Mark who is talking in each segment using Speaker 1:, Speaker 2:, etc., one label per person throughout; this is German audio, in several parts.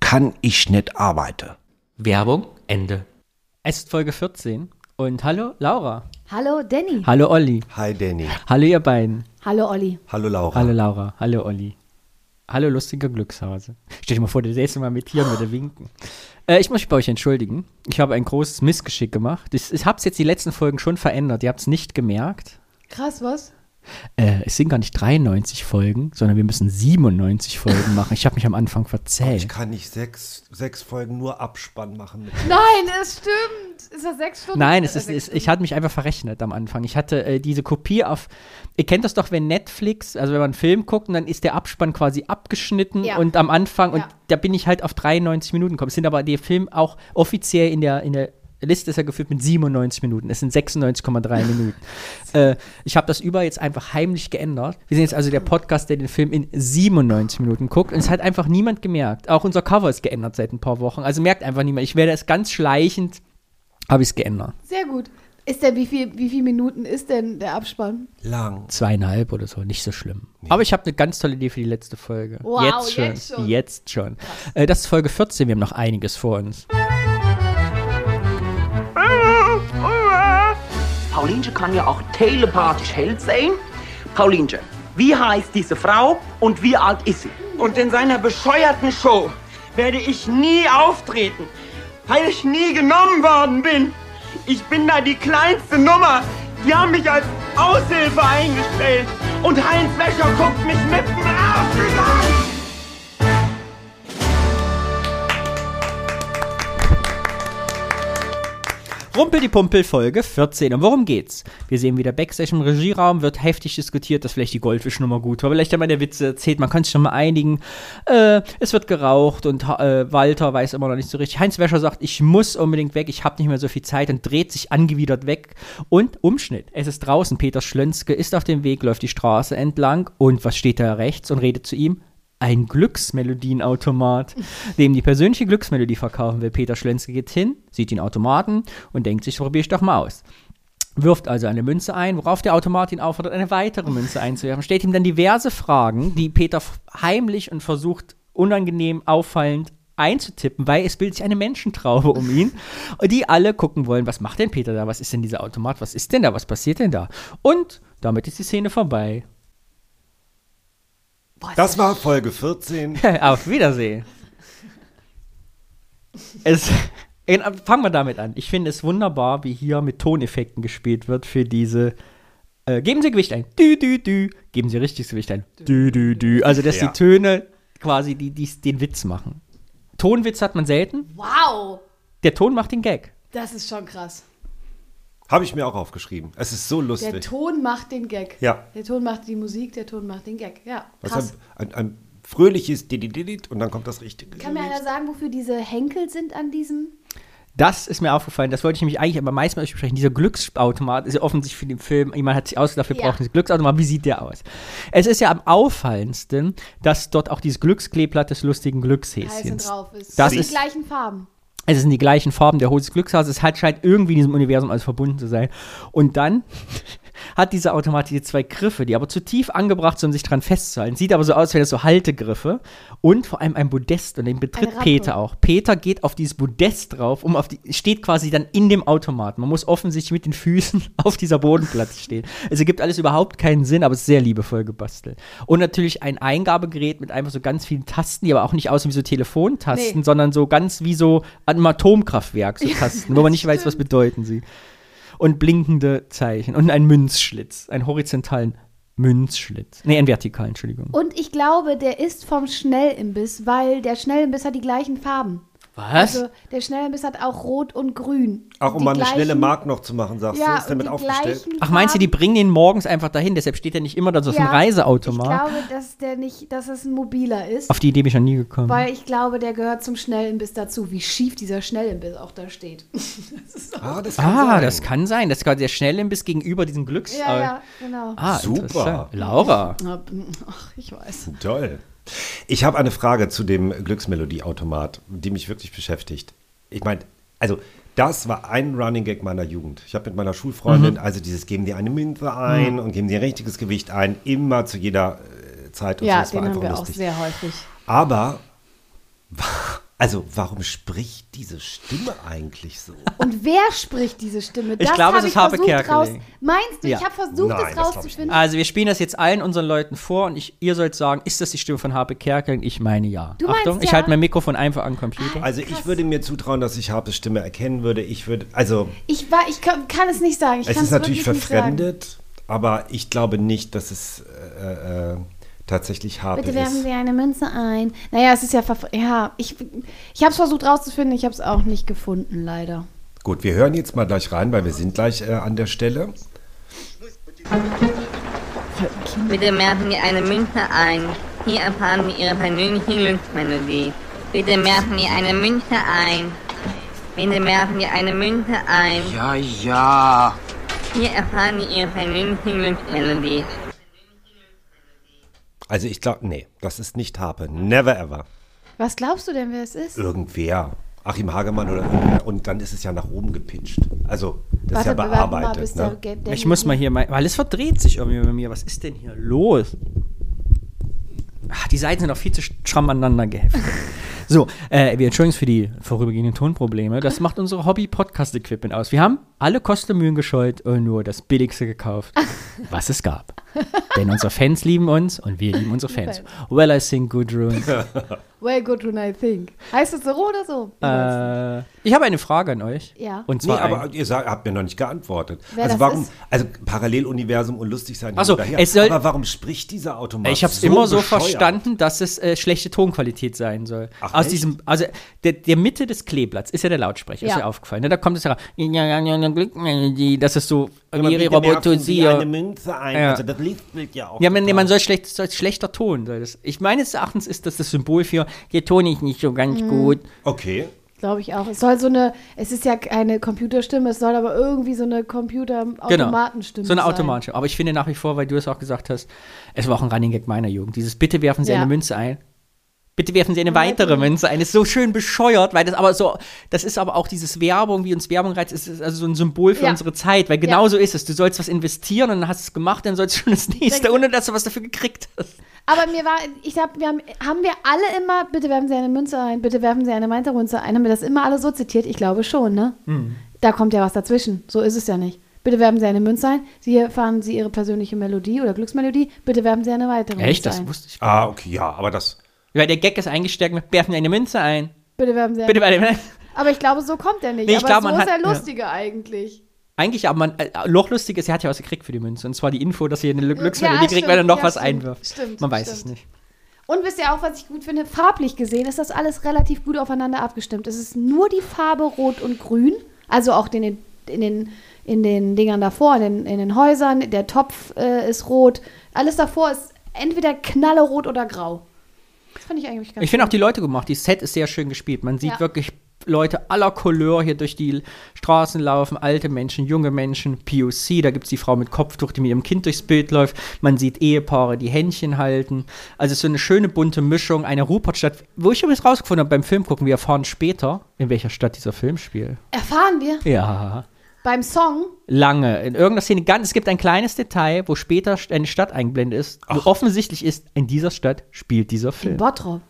Speaker 1: kann ich nicht arbeiten.
Speaker 2: Werbung, Ende.
Speaker 3: Es ist Folge 14 und hallo Laura.
Speaker 4: Hallo Danny.
Speaker 3: Hallo Olli.
Speaker 1: Hi Danny.
Speaker 3: Hallo ihr beiden.
Speaker 4: Hallo Olli.
Speaker 1: Hallo Laura.
Speaker 3: Hallo Laura. Hallo Olli. Hallo lustiger Glückshase. Stell dir mal vor, das erste Mal mit hier würde winken. Äh, ich muss mich bei euch entschuldigen. Ich habe ein großes Missgeschick gemacht. Ich, ich habe es jetzt die letzten Folgen schon verändert. Ihr habt es nicht gemerkt.
Speaker 4: Krass, was?
Speaker 3: Äh, es sind gar nicht 93 Folgen, sondern wir müssen 97 Folgen machen. Ich habe mich am Anfang verzählt.
Speaker 1: kann nicht sechs, sechs Folgen nur Abspann machen.
Speaker 4: Nein, es stimmt. Ist das sechs Stunden?
Speaker 3: Nein, es ist, es, ich hatte mich einfach verrechnet am Anfang. Ich hatte äh, diese Kopie auf. Ihr kennt das doch, wenn Netflix, also wenn man einen Film guckt und dann ist der Abspann quasi abgeschnitten
Speaker 4: Ja.
Speaker 3: und am Anfang,
Speaker 4: Ja.
Speaker 3: und da bin ich halt auf 93 Minuten gekommen. Es sind aber der Film auch offiziell in der, in der Liste ist er geführt mit 97 Minuten. Es sind 96,3 Minuten. Äh, ich habe das über jetzt einfach heimlich geändert. Wir sind jetzt also der Podcast, der den Film in 97 Minuten guckt. Und es hat einfach niemand gemerkt. Auch unser Cover ist geändert seit ein paar Wochen. Also merkt einfach niemand. Ich werde es ganz schleichend, habe ich es geändert.
Speaker 4: Sehr gut. Ist denn, wie viel, wie viel Minuten ist denn der Abspann?
Speaker 1: Lang.
Speaker 3: zweieinhalb oder so, nicht so schlimm. Aber ich habe eine ganz tolle Idee für die letzte Folge.
Speaker 4: Wow,
Speaker 3: jetzt schon.
Speaker 4: jetzt schon.
Speaker 3: Jetzt schon. Äh, das ist Folge 14, wir haben noch einiges vor uns.
Speaker 5: Paulinche kann ja auch telepathisch hell sehen. Paulinche, wie heißt diese Frau und wie alt ist sie? Und in seiner bescheuerten Show werde ich nie auftreten, weil ich nie genommen worden bin. Ich bin da die kleinste Nummer. Die haben mich als Aushilfe eingestellt. Und Heinz Wäscher guckt mich mit dem Arsch an.
Speaker 3: Rumpel die Pumpel, Folge 14. Und worum geht's? Wir sehen wieder Backstage im Regieraum, wird heftig diskutiert, dass vielleicht die Goldfischnummer gut war, vielleicht hat man der Witze erzählt, man kann sich schon mal einigen. Äh, es wird geraucht und äh, Walter weiß immer noch nicht so richtig. Heinz Wäscher sagt, ich muss unbedingt weg, ich habe nicht mehr so viel Zeit und dreht sich angewidert weg. Und Umschnitt, es ist draußen, Peter Schlönske ist auf dem Weg, läuft die Straße entlang und was steht da rechts und redet zu ihm? Ein Glücksmelodienautomat, dem die persönliche Glücksmelodie verkaufen will. Peter Schlenske geht hin, sieht den Automaten und denkt sich, probiere ich doch mal aus. Wirft also eine Münze ein, worauf der Automat ihn auffordert, eine weitere Münze einzuwerfen. Stellt ihm dann diverse Fragen, die Peter f- heimlich und versucht, unangenehm, auffallend einzutippen, weil es bildet sich eine Menschentraube um ihn, die alle gucken wollen, was macht denn Peter da, was ist denn dieser Automat, was ist denn da, was passiert denn da? Und damit ist die Szene vorbei.
Speaker 1: Das war Folge 14.
Speaker 3: Auf Wiedersehen. Es, in, fangen wir damit an. Ich finde es wunderbar, wie hier mit Toneffekten gespielt wird für diese. Äh, geben Sie Gewicht ein. Dü, dü, dü. Geben Sie richtiges Gewicht ein. Dü, dü, dü. Also, dass
Speaker 1: Ja.
Speaker 3: die Töne quasi die, die, den Witz machen. Tonwitz hat man selten.
Speaker 4: Wow,
Speaker 3: Der Ton macht den Gag.
Speaker 4: das ist schon krass.
Speaker 1: Habe ich mir auch aufgeschrieben. Es ist so
Speaker 4: Der
Speaker 1: lustig.
Speaker 4: Ton macht den Gag.
Speaker 1: Ja.
Speaker 4: Der Ton macht die Musik, der Ton macht den Gag. Ja,
Speaker 1: Was
Speaker 4: krass.
Speaker 1: ein, ein, ein fröhliches Didididid und dann kommt das richtige.
Speaker 4: Kann mir einer sagen, wofür diese Henkel sind an diesem?
Speaker 3: Das ist mir aufgefallen, das wollte ich nämlich eigentlich aber meist mit euch besprechen. Dieser Glücksautomat ist ja offensichtlich für den Film, jemand hat sich ausgedacht, wir
Speaker 4: Ja.
Speaker 3: brauchen diesen Glücksautomat. Wie sieht der aus? Es ist ja am auffallendsten, dass dort auch dieses Glückskleeblatt des lustigen
Speaker 4: Heiß und
Speaker 3: Glückshäschens.
Speaker 4: drauf ist.
Speaker 3: Das
Speaker 4: die
Speaker 3: ist-
Speaker 4: gleichen Farben.
Speaker 3: Es sind die gleichen Farben, der Hose des Glückshase. Es hat, scheint irgendwie in diesem Universum alles verbunden zu sein. Und dann hat dieser Automat diese zwei Griffe, die aber zu tief angebracht sind, um sich dran festzuhalten. Sieht aber so aus, als wären das so Haltegriffe. Und vor allem ein Podest und den betritt
Speaker 4: Eine Rampe.
Speaker 3: Peter auch. Peter geht auf dieses Podest drauf, um auf die, steht quasi dann in dem Automaten. Man muss offensichtlich mit den Füßen auf dieser Bodenplatte stehen. Es ergibt alles überhaupt keinen Sinn, aber es ist sehr liebevoll gebastelt. Und natürlich ein Eingabegerät mit einfach so ganz vielen Tasten, die aber auch nicht aussehen wie so Telefontasten,
Speaker 4: Nee.
Speaker 3: sondern so ganz wie so an einem Atomkraftwerk, so Tasten, wo man nicht weiß, was bedeuten sie. Und blinkende Zeichen und einen Münzschlitz, einen horizontalen Münzschlitz. Nee, einen vertikalen, Entschuldigung.
Speaker 4: Und ich glaube, der ist vom Schnellimbiss, weil der Schnellimbiss hat die gleichen Farben.
Speaker 3: Was?
Speaker 4: Also, der Schnellerbiss hat auch rot und grün.
Speaker 1: Auch um
Speaker 4: Die
Speaker 1: mal eine schnelle
Speaker 4: gleichen-
Speaker 1: Mark noch zu machen, sagst
Speaker 4: Ja,
Speaker 1: du, ist damit
Speaker 4: und die
Speaker 1: aufgestellt.
Speaker 4: gleichen
Speaker 3: Ach, meinst du, die
Speaker 4: Farben-
Speaker 3: bringen den morgens einfach dahin? Deshalb steht der nicht immer da so auf dem
Speaker 4: Ja,
Speaker 3: Reiseautomat.
Speaker 4: Ich glaube, dass der nicht, dass es ein mobiler ist.
Speaker 3: auf die Idee bin ich noch nie gekommen.
Speaker 4: Weil ich glaube, der gehört zum Schnellimbiss dazu, wie schief dieser Schnellimbiss auch da steht.
Speaker 1: Ah, das kann
Speaker 3: ah,
Speaker 1: sein.
Speaker 3: das kann sein. Das ist gerade sehr schnell im Biss gegenüber diesen Glücks.
Speaker 4: ja, ja, genau.
Speaker 3: Ah,
Speaker 1: Super.
Speaker 3: interessant. Laura.
Speaker 4: Na, Ach, ich weiß.
Speaker 1: Toll. Ich habe eine Frage zu dem Glücksmelodieautomat, die mich wirklich beschäftigt. Ich meine, also das war ein Running Gag meiner Jugend. Ich habe mit meiner
Speaker 3: Mhm.
Speaker 1: Schulfreundin, also dieses geben die eine Münze ein und geben die ein richtiges Gewicht ein, immer zu jeder äh, Zeit und
Speaker 4: Ja,
Speaker 1: so. Das
Speaker 4: den
Speaker 1: war
Speaker 4: haben
Speaker 1: einfach
Speaker 4: wir auch
Speaker 1: lustig.
Speaker 4: sehr häufig.
Speaker 1: Aber also warum spricht diese Stimme eigentlich so?
Speaker 4: Und wer spricht diese Stimme? Das
Speaker 3: glaube, es
Speaker 4: hab
Speaker 3: ist Harpe
Speaker 4: versucht
Speaker 3: Kerkeling.
Speaker 4: raus- Meinst du,
Speaker 3: Ja.
Speaker 4: ich habe versucht,
Speaker 1: Nein, das
Speaker 4: es
Speaker 1: glaub ich
Speaker 4: rauszufinden?
Speaker 3: Also wir spielen das jetzt allen unseren Leuten vor und ich, ihr sollt sagen, ist das die Stimme von Harpe Kerkeling? Ich meine ja.
Speaker 4: Du meinst
Speaker 3: Achtung, ich
Speaker 4: ja?
Speaker 3: halte mein Mikrofon einfach an den Computer.
Speaker 1: Also ich würde mir zutrauen, dass ich Harpes Stimme erkennen würde. Ich würde, also
Speaker 4: Ich, war, ich kann, kann es nicht sagen. Ich
Speaker 1: es
Speaker 4: kann's
Speaker 1: ist natürlich
Speaker 4: wirklich nicht sagen.
Speaker 1: verfremdet, aber ich glaube nicht, dass es äh, äh, tatsächlich Harpe
Speaker 4: Bitte
Speaker 1: ist.
Speaker 4: werfen wir eine Münze ein. Naja, es ist ja verf- Ja, ich, ich habe es versucht rauszufinden, ich habe es auch nicht gefunden, leider.
Speaker 1: Gut, wir hören jetzt mal gleich rein, weil wir sind gleich äh, an der Stelle.
Speaker 6: Bitte merken Sie eine Münze ein. Hier erfahren Sie Ihre persönliche Glücksmelodie. Bitte merken Sie eine Münze ein. Bitte merken Sie eine Münze ein.
Speaker 5: Ja, ja.
Speaker 6: Hier erfahren Sie Ihre persönliche Glücksmelodie.
Speaker 1: Also ich glaube, nee, das ist nicht Harpe. Never ever.
Speaker 4: Was glaubst du denn, wer es ist?
Speaker 1: Irgendwer. Achim Hagemann oder irgendwer. Und dann ist es ja nach oben gepitcht. Also, das ist ja
Speaker 4: wir warten mal,
Speaker 1: bearbeitet.
Speaker 4: bis
Speaker 1: Ne?
Speaker 4: der, der
Speaker 3: ich muss mal hier, mein, weil es verdreht sich irgendwie bei mir. Was ist denn hier los? Ach, die Seiten sind auch viel zu stramm aneinander geheftet. so, äh, wir entschuldigen uns für die vorübergehenden Tonprobleme. Das macht unsere Hobby-Podcast-Equipment aus. Wir haben alle Kosten und Mühen gescheut und nur das Billigste gekauft, was es gab. Denn unsere Fans lieben uns und wir lieben unsere Fans. Well, I sing Gudrun.
Speaker 4: Well, good when I think. Heißt es so oder so?
Speaker 3: Äh, ich habe eine Frage an euch.
Speaker 4: Ja.
Speaker 3: Und
Speaker 1: Nee,
Speaker 3: zwar ein-
Speaker 1: aber ihr sagt, habt mir noch nicht geantwortet.
Speaker 4: Wer
Speaker 1: also
Speaker 4: das
Speaker 1: warum,
Speaker 4: ist?
Speaker 1: also Paralleluniversum und lustig sein. hin
Speaker 3: Ach so,
Speaker 1: und her.
Speaker 3: es soll-
Speaker 1: aber warum spricht dieser Automat?
Speaker 3: Ich habe es immer so
Speaker 1: bescheuert?
Speaker 3: verstanden, dass es äh, schlechte Tonqualität sein soll.
Speaker 1: Ach,
Speaker 3: Aus
Speaker 1: echt?
Speaker 3: diesem, also der, der Mitte des Kleeblatts ist ja der Lautsprecher, ist
Speaker 4: Ja.
Speaker 3: ja aufgefallen. Ne? Da kommt es ja raus. Das ist so
Speaker 1: Aber
Speaker 3: ihre
Speaker 1: bitte werfen Sie eine
Speaker 3: Robotosier.
Speaker 1: Münze ein.
Speaker 3: Ja.
Speaker 1: Also das liegt liegt ja auch.
Speaker 3: Ja, man, nee,
Speaker 1: total.
Speaker 3: man soll schlecht, soll schlechter Ton. Soll das. Ich meines Erachtens ist das das Symbol für, hier tone ich nicht so ganz gut.
Speaker 1: okay.
Speaker 4: Glaube ich auch. Es soll so eine, es ist ja keine Computerstimme, es soll aber irgendwie so eine Computer-Automatenstimme
Speaker 3: Genau. So eine
Speaker 4: sein.
Speaker 3: Automatenstimme. Aber ich finde nach wie vor, weil du es auch gesagt hast, es war auch ein Running Gag meiner Jugend. Dieses Bitte werfen Sie
Speaker 4: Ja.
Speaker 3: eine Münze ein. Bitte werfen Sie eine weitere Münze ein. Ist so schön bescheuert, weil das aber so, das ist aber auch dieses Werbung, wie uns Werbung reizt, ist also so ein Symbol für
Speaker 4: Ja.
Speaker 3: unsere Zeit, weil genau so ist es. Du sollst was investieren und dann hast du es gemacht, dann sollst du schon das nächste, ohne dass du was dafür gekriegt hast.
Speaker 4: Aber mir war, ich hab, wir haben, haben wir alle immer, bitte werfen Sie eine Münze ein, bitte werfen Sie eine Mainzer Münze ein. Haben wir das immer alle so zitiert? Ich glaube schon, ne?
Speaker 3: Hm.
Speaker 4: Da kommt ja was dazwischen. So ist es ja nicht. Bitte werfen Sie eine Münze ein. Sie erfahren Sie Ihre persönliche Melodie oder Glücksmelodie. Bitte werfen Sie eine weitere Münze ein.
Speaker 3: wusste ich.
Speaker 1: Ah, okay, ja, aber das.
Speaker 3: Weil der Gag ist eingestärkt mit, werfen Sie eine Münze ein.
Speaker 4: Bitte werfen Sie eine
Speaker 3: Bitte bei dem.
Speaker 4: Aber ich glaube, so kommt er nicht.
Speaker 3: Nee, ich
Speaker 4: aber
Speaker 3: glaube,
Speaker 4: so
Speaker 3: man
Speaker 4: ist
Speaker 3: hat-
Speaker 4: er lustiger eigentlich.
Speaker 3: Eigentlich, aber man, äh, noch lustig ist, er hat ja was gekriegt für die Münze. Und zwar die Info, dass hier eine Glücksmelodie
Speaker 4: Ja,
Speaker 3: kriegt, wenn er
Speaker 4: stimmt,
Speaker 3: noch
Speaker 4: ja,
Speaker 3: was
Speaker 4: stimmt,
Speaker 3: einwirft.
Speaker 4: stimmt,
Speaker 3: man weiß
Speaker 4: stimmt.
Speaker 3: es nicht.
Speaker 4: Und wisst ihr auch, was ich gut finde? Farblich gesehen ist das alles relativ gut aufeinander abgestimmt. Es ist nur die Farbe Rot und Grün, also auch in den, in den, in den Dingern davor, in den, in den Häusern. Der Topf äh, ist rot. Alles davor ist entweder knallerot oder grau. Das fand ich eigentlich ganz
Speaker 3: Ich finde auch die Leute gemacht. Die Set ist sehr schön gespielt. Man sieht
Speaker 4: Ja.
Speaker 3: wirklich Leute aller Couleur hier durch die Straßen laufen. Alte Menschen, junge Menschen, POC. Da gibt es die Frau mit Kopftuch, die mit ihrem Kind durchs Bild läuft. Man sieht Ehepaare, die Händchen halten. Also es ist so eine schöne bunte Mischung einer Rupertstadt. Wo ich übrigens rausgefunden habe beim Film gucken, wir erfahren später, in welcher Stadt dieser Film spielt.
Speaker 4: Erfahren wir
Speaker 3: Ja.
Speaker 4: beim Song,
Speaker 3: Lange. In irgendeiner Szene ganz. Es gibt ein kleines Detail, wo später eine Stadt eingeblendet ist, wo offensichtlich ist, in dieser Stadt spielt dieser
Speaker 4: in
Speaker 3: Film.
Speaker 4: Bottrop,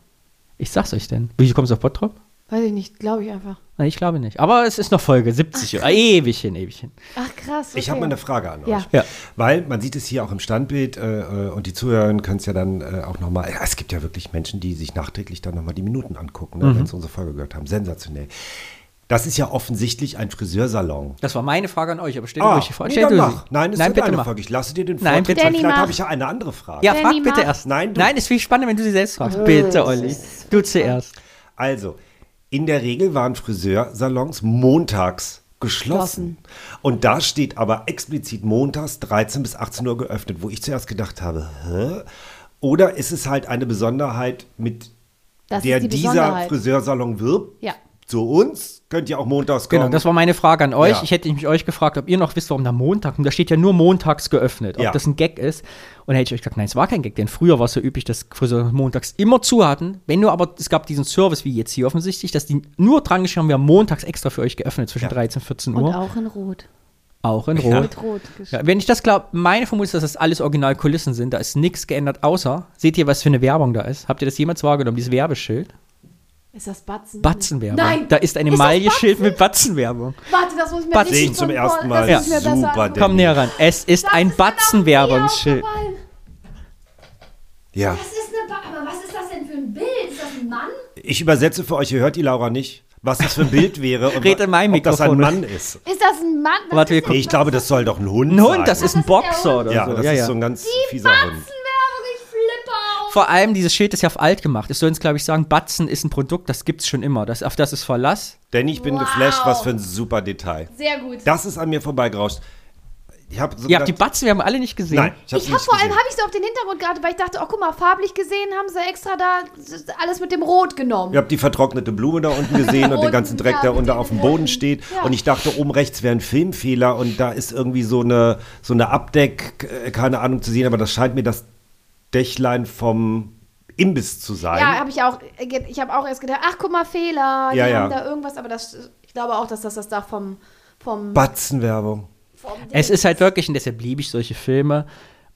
Speaker 3: Ich sag's euch denn. Wie kommst du auf Bottrop?
Speaker 4: weiß ich nicht, glaube ich einfach.
Speaker 3: Nein, ich glaube nicht. Aber es ist noch Folge 70. Ah, ewig hin, ewig hin.
Speaker 4: Ach krass. Okay.
Speaker 1: Ich habe mal eine Frage an
Speaker 4: Ja.
Speaker 1: euch.
Speaker 3: Ja.
Speaker 1: Weil man sieht es hier auch im Standbild äh, äh, und die Zuhörer können es ja dann äh, auch nochmal. Ja, es gibt ja wirklich Menschen, die sich nachträglich dann nochmal die Minuten angucken,
Speaker 3: Mhm.
Speaker 1: ne, wenn sie unsere Folge gehört haben. Sensationell. Das ist ja offensichtlich ein Friseursalon.
Speaker 3: Das war meine Frage an euch, aber stell
Speaker 1: Ah,
Speaker 3: ruhig die Frage.
Speaker 1: nee,
Speaker 3: Stell
Speaker 1: dann
Speaker 3: du
Speaker 1: mach.
Speaker 3: sie.
Speaker 1: Nein, es
Speaker 3: Nein
Speaker 1: ist
Speaker 3: bitte
Speaker 1: eine
Speaker 3: mach.
Speaker 1: Frage. Ich lasse dir den
Speaker 3: Nein,
Speaker 1: Vortritt,
Speaker 3: bitte.
Speaker 1: weil
Speaker 4: Danny,
Speaker 1: vielleicht
Speaker 4: mach.
Speaker 1: habe ich ja eine andere Frage.
Speaker 3: Ja,
Speaker 4: Danny,
Speaker 3: frag bitte
Speaker 4: mach. Oh,
Speaker 3: erst.
Speaker 1: Nein, du.
Speaker 3: Nein, ist viel spannender, wenn du sie selbst fragst. Bitte, Olli. Du zuerst.
Speaker 1: Also, In der Regel waren Friseursalons montags geschlossen. Und da steht aber explizit montags 13 bis 18 Uhr geöffnet, wo ich zuerst gedacht habe, hä? Oder ist es halt eine Besonderheit, mit
Speaker 4: Das
Speaker 1: der
Speaker 4: ist die
Speaker 1: dieser
Speaker 4: Besonderheit.
Speaker 1: Friseursalon wirbt?
Speaker 4: Ja.
Speaker 1: Zu uns könnt ihr auch montags kommen.
Speaker 3: Genau, das war meine Frage an euch.
Speaker 1: Ja.
Speaker 3: Ich hätte mich euch gefragt, ob ihr noch wisst, warum da Montag, und da steht ja nur montags geöffnet, ob
Speaker 1: Ja.
Speaker 3: das ein Gag ist. Und da hätte ich euch gesagt, nein, es war kein Gag, denn früher war es so üblich, dass Friseure montags immer zu hatten. Wenn nur aber, es gab diesen Service, wie jetzt hier offensichtlich, dass die nur dran geschrieben haben, wir haben montags extra für euch geöffnet, zwischen
Speaker 1: Ja.
Speaker 3: 13 und 14
Speaker 4: Und
Speaker 3: Uhr.
Speaker 4: auch in Rot.
Speaker 3: Auch in Rot.
Speaker 4: Mit Rot.
Speaker 3: Ja. wenn ich das glaube, meine Vermutung ist, dass das alles Originalkulissen sind. Da ist nichts geändert, außer, seht ihr, was für eine Werbung da ist? Habt ihr das jemals wahrgenommen, dieses Werbeschild?
Speaker 4: Ist das Batzen?
Speaker 3: Batzenwerbung.
Speaker 4: Nein!
Speaker 3: Da ist ein
Speaker 4: das
Speaker 3: Emaille-Schild
Speaker 4: Batzen?
Speaker 3: mit Batzenwerbung.
Speaker 4: Warte, das muss ich mir
Speaker 3: Batzen.
Speaker 1: Sehe
Speaker 4: richtig
Speaker 1: ich zum
Speaker 4: von-
Speaker 1: ersten Mal.
Speaker 4: das muss ich mir
Speaker 1: Super,
Speaker 4: besser
Speaker 1: Dennis.
Speaker 4: angucken.
Speaker 3: Komm näher ran. Es ist
Speaker 4: Das
Speaker 3: ein
Speaker 4: ist mir genau, noch nie
Speaker 3: Batzenwerbungsschild.
Speaker 4: aufgefallen.
Speaker 1: ja.
Speaker 4: Das ist eine ba Aber was ist das denn für ein Bild? Ist das ein Mann?
Speaker 1: Ich übersetze für euch, ihr hört die Laura nicht, was das für ein Bild wäre und
Speaker 3: Red in mein
Speaker 1: ob das ein
Speaker 3: Mikrofon.
Speaker 1: Mann ist.
Speaker 4: Ist das ein Mann? Was
Speaker 3: Warte, wir
Speaker 4: ist denn
Speaker 3: gucken.
Speaker 1: Ich glaube, das soll doch ein Hund
Speaker 3: Ein
Speaker 1: sein.
Speaker 3: Hund, das ist ein
Speaker 4: ist der
Speaker 3: Boxer
Speaker 4: Hund.
Speaker 3: oder
Speaker 1: ja,
Speaker 3: so.
Speaker 1: das
Speaker 3: ja,
Speaker 1: ist
Speaker 3: ja.
Speaker 1: so ein ganz fieser Hund.
Speaker 4: Batzenwerbung, ich flippe aus.
Speaker 3: Vor allem, dieses Schild ist ja auf alt gemacht. Ich soll uns, glaube ich, sagen, Batzen ist ein Produkt, das gibt's schon immer. Das, auf das ist Verlass.
Speaker 1: Denn ich bin
Speaker 4: Wow.
Speaker 1: geflasht, was für ein super Detail.
Speaker 4: Sehr gut.
Speaker 1: Das ist an mir vorbeigerauscht. Ich habe so
Speaker 3: Ihr habt
Speaker 1: gedacht,
Speaker 3: die Batzen, wir haben alle nicht gesehen.
Speaker 1: Also Nein, ich habe
Speaker 4: ich habe vor allem habe ich so auf den Hintergrund geachtet, weil ich dachte, oh guck mal, farblich gesehen haben sie extra da alles mit dem Rot genommen.
Speaker 1: Ihr habt die vertrocknete Blume da unten gesehen und den
Speaker 4: Roten,
Speaker 1: ganzen Dreck,
Speaker 4: ja,
Speaker 1: der
Speaker 4: mit
Speaker 1: unter
Speaker 4: den
Speaker 1: auf dem
Speaker 4: roten.
Speaker 1: Boden steht.
Speaker 4: Ja.
Speaker 1: Und ich dachte, oben rechts wäre ein Filmfehler und da ist irgendwie so eine, so eine Abdeck, äh, keine Ahnung zu sehen, aber das scheint mir das Dächlein vom Imbiss zu sein.
Speaker 4: Ja, habe ich auch. äh, Ich habe auch erst gedacht, ach guck mal, Fehler. Die
Speaker 1: Ja, ja.
Speaker 4: haben da irgendwas, aber das, ich glaube auch, dass das das da vom. vom,
Speaker 1: Batzenwerbung.
Speaker 4: vom
Speaker 3: Es ist halt wirklich, und deshalb liebe ich solche Filme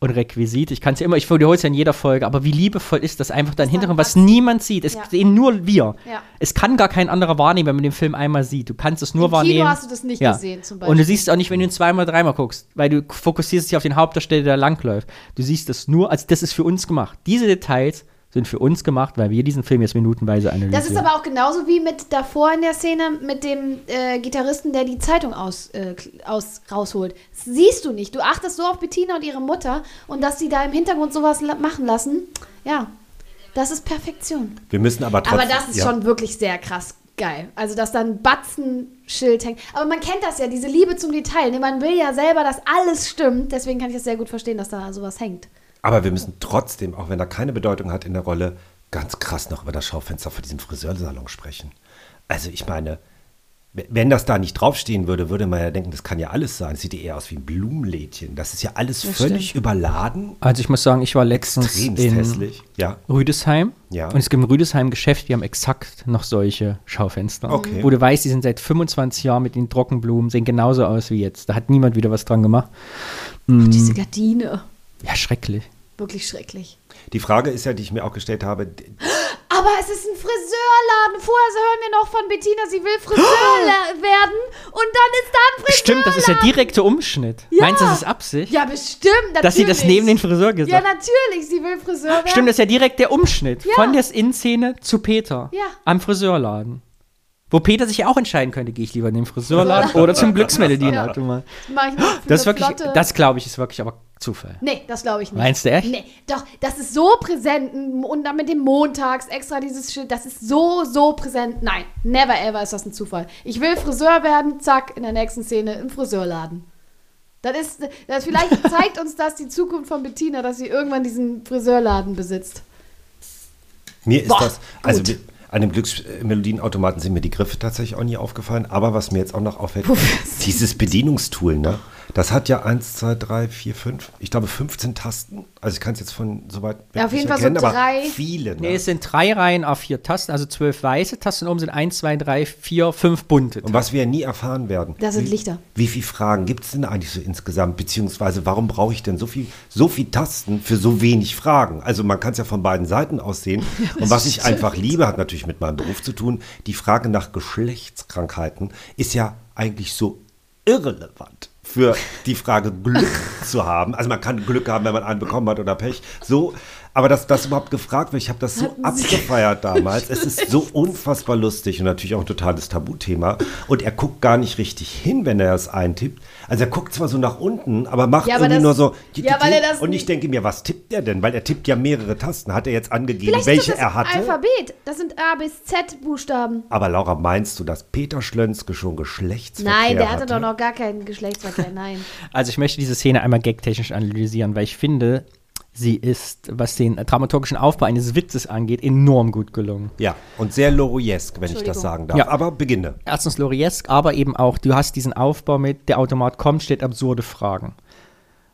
Speaker 3: und Requisite. Ich kann es ja immer, ich wiederhole es ja in jeder Folge, aber wie liebevoll ist das einfach da im Hintergrund, was
Speaker 4: Batzen.
Speaker 3: niemand sieht. Es
Speaker 4: Ja.
Speaker 3: sehen nur wir.
Speaker 4: Ja.
Speaker 3: Es kann gar kein anderer wahrnehmen, wenn man den Film einmal sieht. Du kannst es nur
Speaker 4: Im Kino
Speaker 3: wahrnehmen.
Speaker 4: hast du das nicht gesehen, zum
Speaker 3: Und du
Speaker 4: Beispiel.
Speaker 3: siehst es auch nicht, wenn du ihn zweimal, dreimal guckst, weil du fokussierst dich auf den Hauptdarsteller, der langläuft. Du siehst das nur, also das ist für uns gemacht. Diese Details sind für uns gemacht, weil wir diesen Film jetzt minutenweise analysieren.
Speaker 4: das ist aber auch genauso wie mit davor in der Szene mit dem äh, Gitarristen, der die Zeitung aus, äh, kl- aus, rausholt. Das siehst du nicht. Du achtest so auf Bettina und ihre Mutter und dass sie da im Hintergrund sowas la machen lassen. Ja, das ist Perfektion.
Speaker 1: Wir müssen aber trotzdem.
Speaker 4: Aber das ist
Speaker 1: ja.
Speaker 4: schon wirklich sehr krass geil. Also, dass da ein Batzenschild hängt. Aber man kennt das ja, diese Liebe zum Detail. Ne? Man will ja selber, dass alles stimmt. Deswegen kann ich das sehr gut verstehen, dass da sowas hängt.
Speaker 1: Aber wir müssen trotzdem, auch wenn er keine Bedeutung hat in der Rolle, ganz krass noch über das Schaufenster von diesem Friseursalon sprechen. Also ich meine, w- wenn das da nicht draufstehen würde, würde man ja denken, das kann ja alles sein. Es sieht ja eher aus wie ein Blumenlädchen. Das ist ja alles völlig überladen.
Speaker 3: also ich muss sagen, ich war letztens
Speaker 1: Extremst
Speaker 3: in
Speaker 1: hässlich. Ja.
Speaker 3: Rüdesheim.
Speaker 1: Ja.
Speaker 3: Und es gibt im Rüdesheim ein Geschäft, die haben exakt noch solche Schaufenster.
Speaker 1: Okay.
Speaker 3: Wo du weißt, die sind seit 25 Jahren mit den Trockenblumen, sehen genauso aus wie jetzt. Da hat niemand wieder was dran gemacht.
Speaker 4: Ach, diese Gardine.
Speaker 3: Ja, schrecklich.
Speaker 4: Wirklich schrecklich.
Speaker 1: Die Frage ist ja, die ich mir auch gestellt habe, d-
Speaker 4: Aber es ist ein Friseurladen. Vorher hören wir noch von Bettina, sie will Friseur la- werden. Und dann ist da ein Friseur.
Speaker 3: Stimmt, das ist ja direkter Umschnitt. Meinst du, das ist Absicht?
Speaker 4: Ja, bestimmt. Natürlich.
Speaker 3: Dass sie das neben den Friseur gesagt
Speaker 4: Ja, natürlich. Sie will Friseur werden.
Speaker 3: Stimmt, das ist ja direkt der Umschnitt
Speaker 4: Ja.
Speaker 3: von der Szene zu Peter
Speaker 4: Ja.
Speaker 3: am Friseurladen. Wo Peter sich ja auch entscheiden könnte, gehe ich lieber in den Friseurladen oder zum Glücksmelodieautomat.
Speaker 4: Mach ich noch für
Speaker 3: Das, ist
Speaker 4: eine
Speaker 3: wirklich,
Speaker 4: Flotte.
Speaker 3: das glaube ich ist wirklich aber Zufall.
Speaker 4: Nee, das glaube ich nicht.
Speaker 3: Meinst du echt?
Speaker 4: Nee, doch, das ist so präsent und dann mit dem Montags extra dieses Schild, das ist so, so präsent. Nein, never ever ist das ein Zufall. Ich will Friseur werden, zack, in der nächsten Szene im Friseurladen. Das ist, das vielleicht zeigt uns das die Zukunft von Bettina, dass sie irgendwann diesen Friseurladen besitzt.
Speaker 1: Mir ist
Speaker 4: Boah,
Speaker 1: das, also
Speaker 4: gut.
Speaker 1: wir- an dem Glücksmelodienautomaten sind mir die Griffe tatsächlich auch nie aufgefallen, aber was mir jetzt auch noch auffällt, dieses Bedienungstool, ne? Das hat ja 1, 2, 3, 4, 5, ich glaube 15 Tasten. Also ich kann es jetzt von soweit
Speaker 4: Ja, auf
Speaker 1: nicht
Speaker 4: jeden Fall so drei-
Speaker 1: aber viele. Ne?
Speaker 3: Nee, es sind drei Reihen A4 Tasten, also zwölf weiße Tasten oben sind 1, 2, 3, 4, 5 bunte.
Speaker 1: Und was wir ja nie erfahren werden.
Speaker 4: Da sind
Speaker 1: wie-
Speaker 4: Lichter.
Speaker 1: Wie viele Fragen gibt es denn eigentlich so insgesamt? Beziehungsweise warum brauche ich denn so viel, so viel Tasten für so wenig Fragen? Also man kann es ja von beiden Seiten aus sehen. Und was ich einfach liebe, hat natürlich mit meinem Beruf zu tun. Die Frage nach Geschlechtskrankheiten ist ja eigentlich so irrelevant für die Frage Glück zu haben. Also man kann Glück haben, wenn man einen bekommen hat oder Pech. So, Aber dass das überhaupt gefragt wird, ich habe das so
Speaker 4: Hatten Sie-
Speaker 1: abgefeiert damals. Es ist so unfassbar lustig und natürlich auch ein totales Tabuthema. Und er guckt gar nicht richtig hin, wenn er es eintippt. Also er guckt zwar so nach unten, aber macht
Speaker 4: Ja, aber
Speaker 1: irgendwie
Speaker 4: das-
Speaker 1: nur so.
Speaker 4: Ja, weil er das
Speaker 1: und ich
Speaker 4: nicht-
Speaker 1: denke mir, was tippt er denn? Weil er tippt ja mehrere Tasten. Hat er jetzt angegeben,
Speaker 4: Vielleicht
Speaker 1: welche
Speaker 4: ist das
Speaker 1: er hatte?
Speaker 4: Alphabet. Das sind A bis Z Buchstaben.
Speaker 1: Aber Laura, meinst du, dass Peter Schlönske schon Geschlechtsverkehr
Speaker 4: Nein, der hatte doch noch gar keinen Geschlechtsverkehr. Nein.
Speaker 3: Also ich möchte diese Szene einmal gagtechnisch analysieren, weil ich finde, sie ist, was den dramaturgischen Aufbau eines Witzes angeht, enorm gut gelungen.
Speaker 1: Ja, und sehr Loriesk, wenn ich das
Speaker 4: Entschuldigung.
Speaker 1: sagen darf.
Speaker 3: Ja.
Speaker 1: Aber beginne.
Speaker 3: Erstens Loriesk, aber eben auch, du hast diesen Aufbau mit, der Automat kommt, steht absurde Fragen.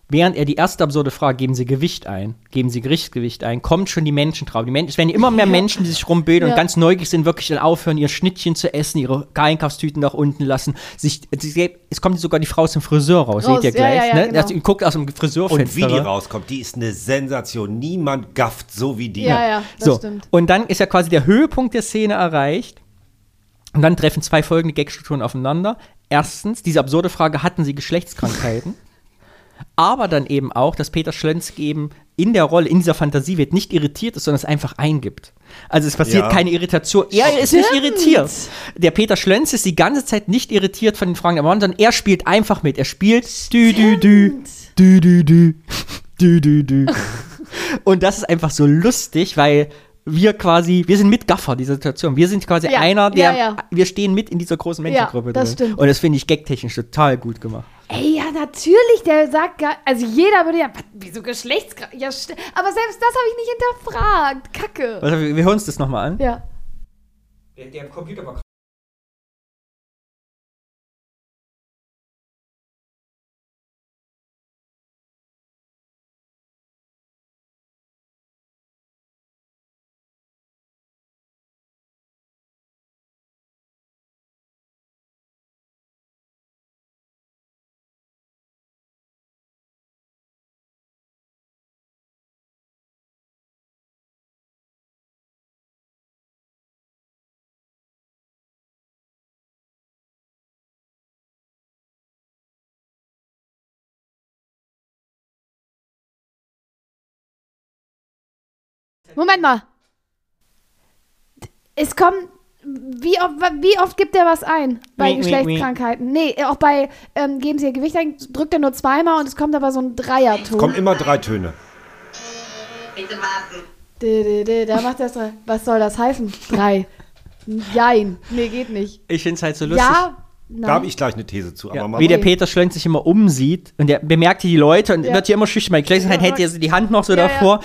Speaker 3: Während er die erste absurde Frage, geben sie Gewicht ein, geben sie Gerichtsgewicht ein, kommt schon die Menschen drauf. Die Menschen, es werden immer mehr Menschen, die sich rumbilden
Speaker 4: Ja.
Speaker 3: und ganz neugierig sind, wirklich dann aufhören, ihr Schnittchen zu essen, ihre Einkaufstüten nach unten lassen. Sich, sie- es kommt sogar die Frau aus dem Friseur raus,
Speaker 4: Raus,
Speaker 3: seht ihr
Speaker 4: ja,
Speaker 3: gleich.
Speaker 4: ja, ja,
Speaker 3: ne?
Speaker 4: genau.
Speaker 3: also, guckt aus dem Friseurfenster.
Speaker 1: Und wie die rauskommt, die ist eine Sensation. Niemand gafft so wie die.
Speaker 4: Ja, ja, das
Speaker 3: so,
Speaker 4: stimmt.
Speaker 3: und dann ist ja quasi der Höhepunkt der Szene erreicht. Und dann treffen zwei folgende Gagstrukturen aufeinander. Erstens, diese absurde Frage, hatten sie Geschlechtskrankheiten? Aber dann eben auch, dass Peter Schlönski eben in der Rolle, in dieser Fantasie wird, nicht irritiert ist, sondern es einfach eingibt. Also es passiert
Speaker 1: Ja.
Speaker 3: keine Irritation. Er ist nicht irritiert. Der Peter Schlönz ist die ganze Zeit nicht irritiert von den Fragen der Mann, sondern er spielt einfach mit. Er spielt dü dü dü, dü dü dü, dü dü dü. Und das ist einfach so lustig, weil wir quasi, wir sind Mitgaffer dieser Situation. Wir sind quasi
Speaker 4: Ja,
Speaker 3: einer, der,
Speaker 4: ja, ja.
Speaker 3: wir stehen mit in dieser großen Menschengruppe.
Speaker 4: Ja, das
Speaker 3: drin.
Speaker 4: stimmt.
Speaker 3: Und das finde ich gagtechnisch total gut gemacht.
Speaker 4: Ey, ja, natürlich, der sagt gar. Also jeder würde ja. was, Wieso Geschlechtskrankheit? Ja, st- aber selbst das habe ich nicht hinterfragt. Kacke.
Speaker 3: Also, wir, wir hören uns das nochmal an.
Speaker 4: Ja.
Speaker 3: Der, der Computer war
Speaker 4: Moment mal. Es kommen. Wie oft, wie oft gibt er was ein bei
Speaker 3: Nee, nee,
Speaker 4: Geschlechtskrankheiten? Nee, auch bei ähm, geben Sie ihr Gewicht ein, drückt er nur zweimal und es kommt aber so ein Dreierton.
Speaker 1: Kommen immer drei Töne.
Speaker 6: Bitte warten.
Speaker 4: Dä, dä, dä, Da macht er es drei. Was soll das heißen? Drei. Jein. Nee, geht nicht.
Speaker 3: Ich finde es halt so lustig.
Speaker 4: Ja, nein.
Speaker 1: Da habe ich gleich eine These zu. Aber
Speaker 3: Ja,
Speaker 1: mach
Speaker 3: wie der
Speaker 1: mal.
Speaker 3: Peter Schlönz sich immer umsieht und er bemerkt hier die Leute und
Speaker 4: Ja.
Speaker 3: wird hier immer schüchtern. Bei Gleichzeitig hält er so die Hand noch so
Speaker 4: Ja,
Speaker 3: davor.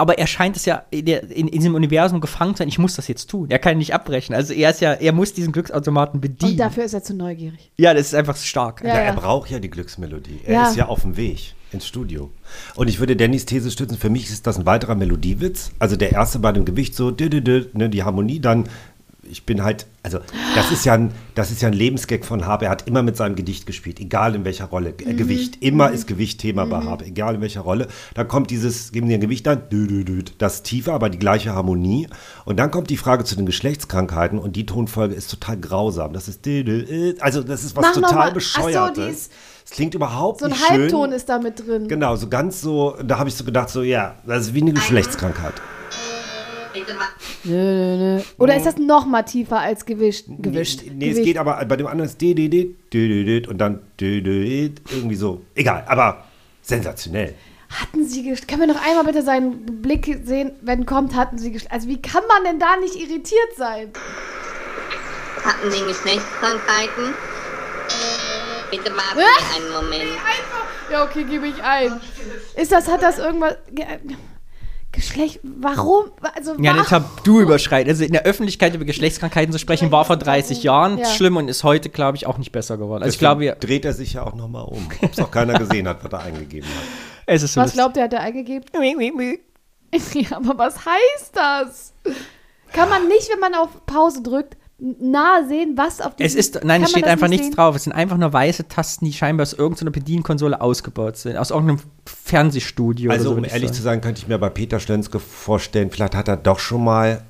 Speaker 3: Aber er scheint es ja in, der- in, in diesem Universum gefangen zu sein. Ich muss das jetzt tun. Er kann nicht abbrechen. Also er ist ja, er muss diesen Glücksautomaten bedienen.
Speaker 4: Und dafür ist er zu neugierig.
Speaker 3: ja, das ist einfach stark.
Speaker 4: Ja,
Speaker 1: ja,
Speaker 4: ja.
Speaker 1: er braucht ja die Glücksmelodie. Er
Speaker 4: Ja.
Speaker 1: ist ja auf dem Weg ins Studio. Und ich würde Dannys These stützen. Für mich ist das ein weiterer Melodiewitz. Also der erste bei dem Gewicht so, dü, dü, dü, ne, die Harmonie dann. Ich bin halt, also das ist ja ein, das ist ja ein Lebensgag von Habe. Er hat immer mit seinem Gedicht gespielt, egal in welcher Rolle.
Speaker 4: Mhm.
Speaker 1: Äh, Gewicht, immer ist Gewicht Thema bei Habe, egal in welcher Rolle. Da kommt dieses, geben Sie ein Gewicht an, dü, dü, dü, das tiefer, aber die gleiche Harmonie. Und dann kommt die Frage zu den Geschlechtskrankheiten und die Tonfolge ist total grausam. Das ist, dü, dü, äh, also das ist was
Speaker 4: Mach noch mal.
Speaker 1: total
Speaker 4: Ach so, die
Speaker 1: bescheuertes.
Speaker 4: ist-
Speaker 1: Es klingt überhaupt
Speaker 4: So ein
Speaker 1: nicht schön.
Speaker 4: Halbton ist da mit drin.
Speaker 1: Genau, so ganz so, da habe ich so gedacht, so, ja, das ist wie eine Geschlechtskrankheit.
Speaker 6: Bitte warten.
Speaker 4: Nö, nö, nö. Oder ist das noch mal tiefer als gewischt? Gewischt.
Speaker 1: Nee, nee es geht aber bei dem anderen ist di- di- di- di- di- di- und dann di- di- di- irgendwie so. Egal, aber sensationell.
Speaker 4: Hatten Sie gesch- Können wir noch einmal bitte seinen Blick sehen, wenn kommt, hatten Sie gesch- Also wie kann man denn da nicht irritiert sein?
Speaker 6: Hatten Sie Geschlechtskrankheiten? Bitte warten
Speaker 4: Ah!
Speaker 6: Sie einen Moment.
Speaker 4: Einfach. Ja, okay, gebe ich ein. Ist das, hat das irgendwas. Ge Geschlecht. Warum? Also
Speaker 3: Ja,
Speaker 4: warum?
Speaker 3: den Tabu überschreiten. Also in der Öffentlichkeit über Geschlechtskrankheiten zu sprechen, war vor 30 Jahren
Speaker 4: Ja.
Speaker 3: schlimm und ist heute, glaube ich, auch nicht besser geworden. Also ich
Speaker 1: Deswegen
Speaker 3: glaube, wir-
Speaker 1: dreht er sich ja auch nochmal um. Ob es auch keiner gesehen hat, was er eingegeben hat.
Speaker 3: es ist so
Speaker 4: Was
Speaker 3: lustig.
Speaker 4: glaubt ihr, hat er eingegeben?
Speaker 3: Mie, mie, mie.
Speaker 4: ja, aber was heißt das? Kann man nicht, wenn man auf Pause drückt, n- nahe sehen, was auf dem.
Speaker 3: Es ist, nein, es steht einfach nichts drauf. Es sind einfach nur weiße Tasten, die scheinbar aus irgendeiner Bedienkonsole ausgebaut sind. Aus irgendeinem Fernsehstudio.
Speaker 1: Also,
Speaker 3: oder so,
Speaker 1: um
Speaker 3: würde ich
Speaker 1: ehrlich
Speaker 3: sagen.
Speaker 1: zu sein, könnte ich mir bei Peter Stönske vorstellen, vielleicht hat er doch schon mal,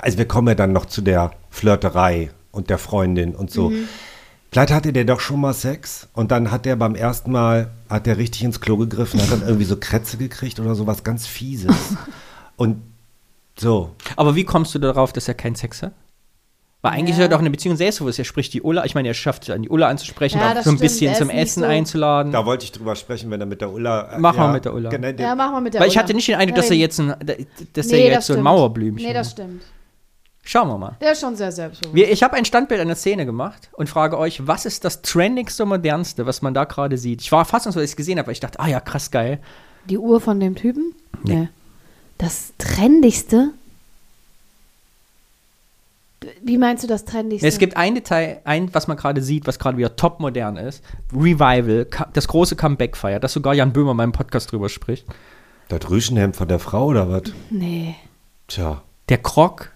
Speaker 1: also wir kommen ja dann noch zu der Flirterei und der Freundin und so.
Speaker 3: Mhm.
Speaker 1: Vielleicht hatte der doch schon mal Sex und dann hat der beim ersten Mal, hat der richtig ins Klo gegriffen, hat dann irgendwie so Krätze gekriegt oder sowas ganz Fieses. Und so,
Speaker 3: Aber wie kommst du darauf, dass er keinen Sex hat? Weil eigentlich ist er doch in einer Beziehung selbstbewusst. Er spricht die Ulla, ich meine, er schafft es, an die Ulla anzusprechen,
Speaker 4: Ja,
Speaker 3: auch
Speaker 4: das
Speaker 3: so ein
Speaker 4: stimmt.
Speaker 3: bisschen
Speaker 4: Er ist
Speaker 3: zum
Speaker 4: nicht
Speaker 3: Essen
Speaker 4: so-
Speaker 3: einzuladen.
Speaker 1: da wollte ich drüber sprechen, wenn er mit der Ulla. äh,
Speaker 3: Mach mal mit der Ulla.
Speaker 1: Genau,
Speaker 4: Ja, mach mal mit der
Speaker 3: Weil ich
Speaker 4: Ulla.
Speaker 3: hatte nicht den Eindruck,
Speaker 4: Ja,
Speaker 3: dass er
Speaker 4: wenn-
Speaker 3: jetzt, ein, dass
Speaker 4: Nee,
Speaker 3: er
Speaker 4: das
Speaker 3: jetzt so ein
Speaker 4: stimmt.
Speaker 3: Mauerblümchen
Speaker 4: Nee, das
Speaker 3: ist.
Speaker 4: stimmt.
Speaker 3: Schauen wir mal.
Speaker 4: Der ist schon sehr selbstbewusst.
Speaker 3: Wir, ich habe ein Standbild einer Szene gemacht und frage euch, was ist das trendigste, modernste, was man da gerade sieht? Ich war fassungslos, als ich es gesehen habe, weil ich dachte, ah ja, krass geil.
Speaker 4: Die Uhr von dem Typen? Nee. Das Trendigste? Wie meinst du das Trendigste?
Speaker 3: Es gibt ein Detail, ein, was man gerade sieht, was gerade wieder top modern ist. Revival, ka- das große Comeback feiert, dass sogar Jan Böhmer in meinem Podcast drüber spricht.
Speaker 1: das Rüschenhemd von der Frau oder was?
Speaker 4: Nee.
Speaker 1: Tja,
Speaker 3: Der Krog,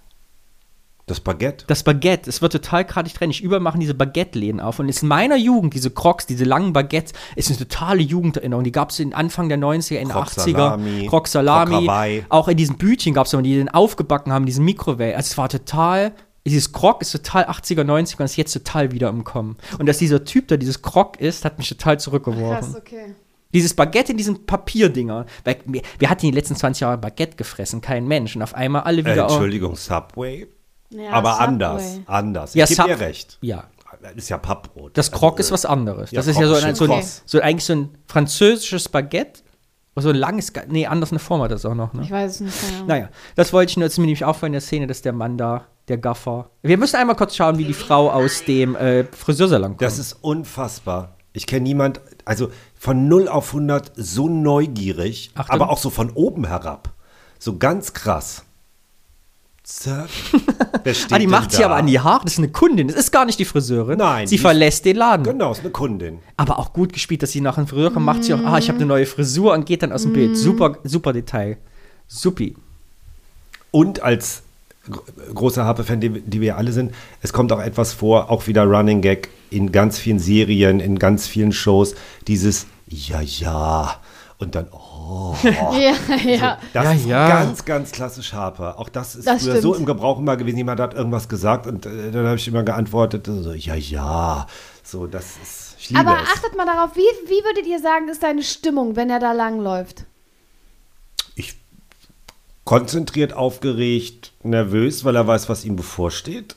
Speaker 1: das Baguette.
Speaker 3: das Baguette, es wird total gradig trendig. Überall machen diese Baguette-Läden auf. Und in meiner Jugend, diese Crocs, diese langen Baguettes, ist eine totale Jugenderinnerung. Die gab es in Anfang der 90er, Ende
Speaker 1: Croc
Speaker 3: 80er.
Speaker 1: Salami,
Speaker 3: Croc
Speaker 1: Croc
Speaker 3: Salami.
Speaker 1: Hawaii.
Speaker 3: Auch in diesen Bütchen gab es immer, die den aufgebacken haben, diesen Mikrowellen. Also es war total. Dieses Croc ist total 80er, 90er und ist jetzt total wieder im Kommen. Und dass dieser Typ da dieses Croc ist, hat mich total zurückgeworfen.
Speaker 4: Krass, okay.
Speaker 3: Dieses Baguette in diesen Papierdinger. Weil wir, wir hatten die letzten 20 Jahre Baguette gefressen, kein Mensch. Und auf einmal alle
Speaker 1: Äh,
Speaker 3: wieder. auch-
Speaker 1: Entschuldigung, Subway.
Speaker 4: Ja,
Speaker 1: Aber
Speaker 4: Subway.
Speaker 1: anders, anders.
Speaker 3: Ja,
Speaker 1: ich
Speaker 3: Sub-
Speaker 1: gebe dir recht.
Speaker 3: Ja.
Speaker 1: Das ist ja Pappbrot.
Speaker 3: Das Croc ist was
Speaker 1: Also
Speaker 3: anderes.
Speaker 1: äh, ja,
Speaker 3: das ist
Speaker 1: Croc
Speaker 3: ja so
Speaker 1: ist
Speaker 3: ein,
Speaker 1: schon
Speaker 3: so, ein,
Speaker 1: krass.
Speaker 3: so eigentlich so ein französisches Baguette. So ein langes, Ga- nee, anders eine Form hat das auch noch. Ne?
Speaker 4: Ich weiß es nicht. keine Ahnung.
Speaker 3: Naja, das wollte ich nur, jetzt mir nämlich auch in der Szene, dass der Mann da, der Gaffer. Wir müssen einmal kurz schauen, wie die Frau aus dem äh, Friseursalon kommt.
Speaker 1: Das ist unfassbar. Ich kenne niemand, also von 0 auf 100 so neugierig,
Speaker 3: Achtung.
Speaker 1: aber auch so von oben herab. So ganz krass. Zack. Wer steht
Speaker 3: ah, die
Speaker 1: denn
Speaker 3: macht sie
Speaker 1: da?
Speaker 3: aber an die Haare. Das ist eine Kundin. Das ist gar nicht die Friseurin.
Speaker 1: Nein,
Speaker 3: Sie
Speaker 1: die-
Speaker 3: verlässt den Laden.
Speaker 1: Genau, ist eine Kundin.
Speaker 3: Aber auch gut gespielt, dass sie nach dem Friseur kommt, macht sie auch, ah, ich habe
Speaker 4: Mhm.
Speaker 3: eine neue Frisur und geht dann aus dem Bild. Super, super Detail. Supi.
Speaker 1: Und als gro- großer Harpe-Fan, die, die wir alle sind, es kommt auch etwas vor, auch wieder Running Gag in ganz vielen Serien, in ganz vielen Shows, dieses Ja, ja. Und dann, oh.
Speaker 4: Ja, ja.
Speaker 1: Das
Speaker 3: Ja,
Speaker 1: ist
Speaker 3: ja.
Speaker 1: ganz, ganz klassisch Harper. Auch das ist
Speaker 4: Das
Speaker 1: früher so
Speaker 4: stimmt.
Speaker 1: im Gebrauch immer gewesen. Jemand hat irgendwas gesagt und äh, dann habe ich immer geantwortet, so, ja, ja. So, das ist, ich liebe
Speaker 4: Aber
Speaker 1: es.
Speaker 4: achtet mal darauf, wie, wie würdet ihr sagen, ist deine Stimmung, wenn er da langläuft?
Speaker 1: Ich konzentriert, aufgeregt, nervös, weil er weiß, was ihm bevorsteht.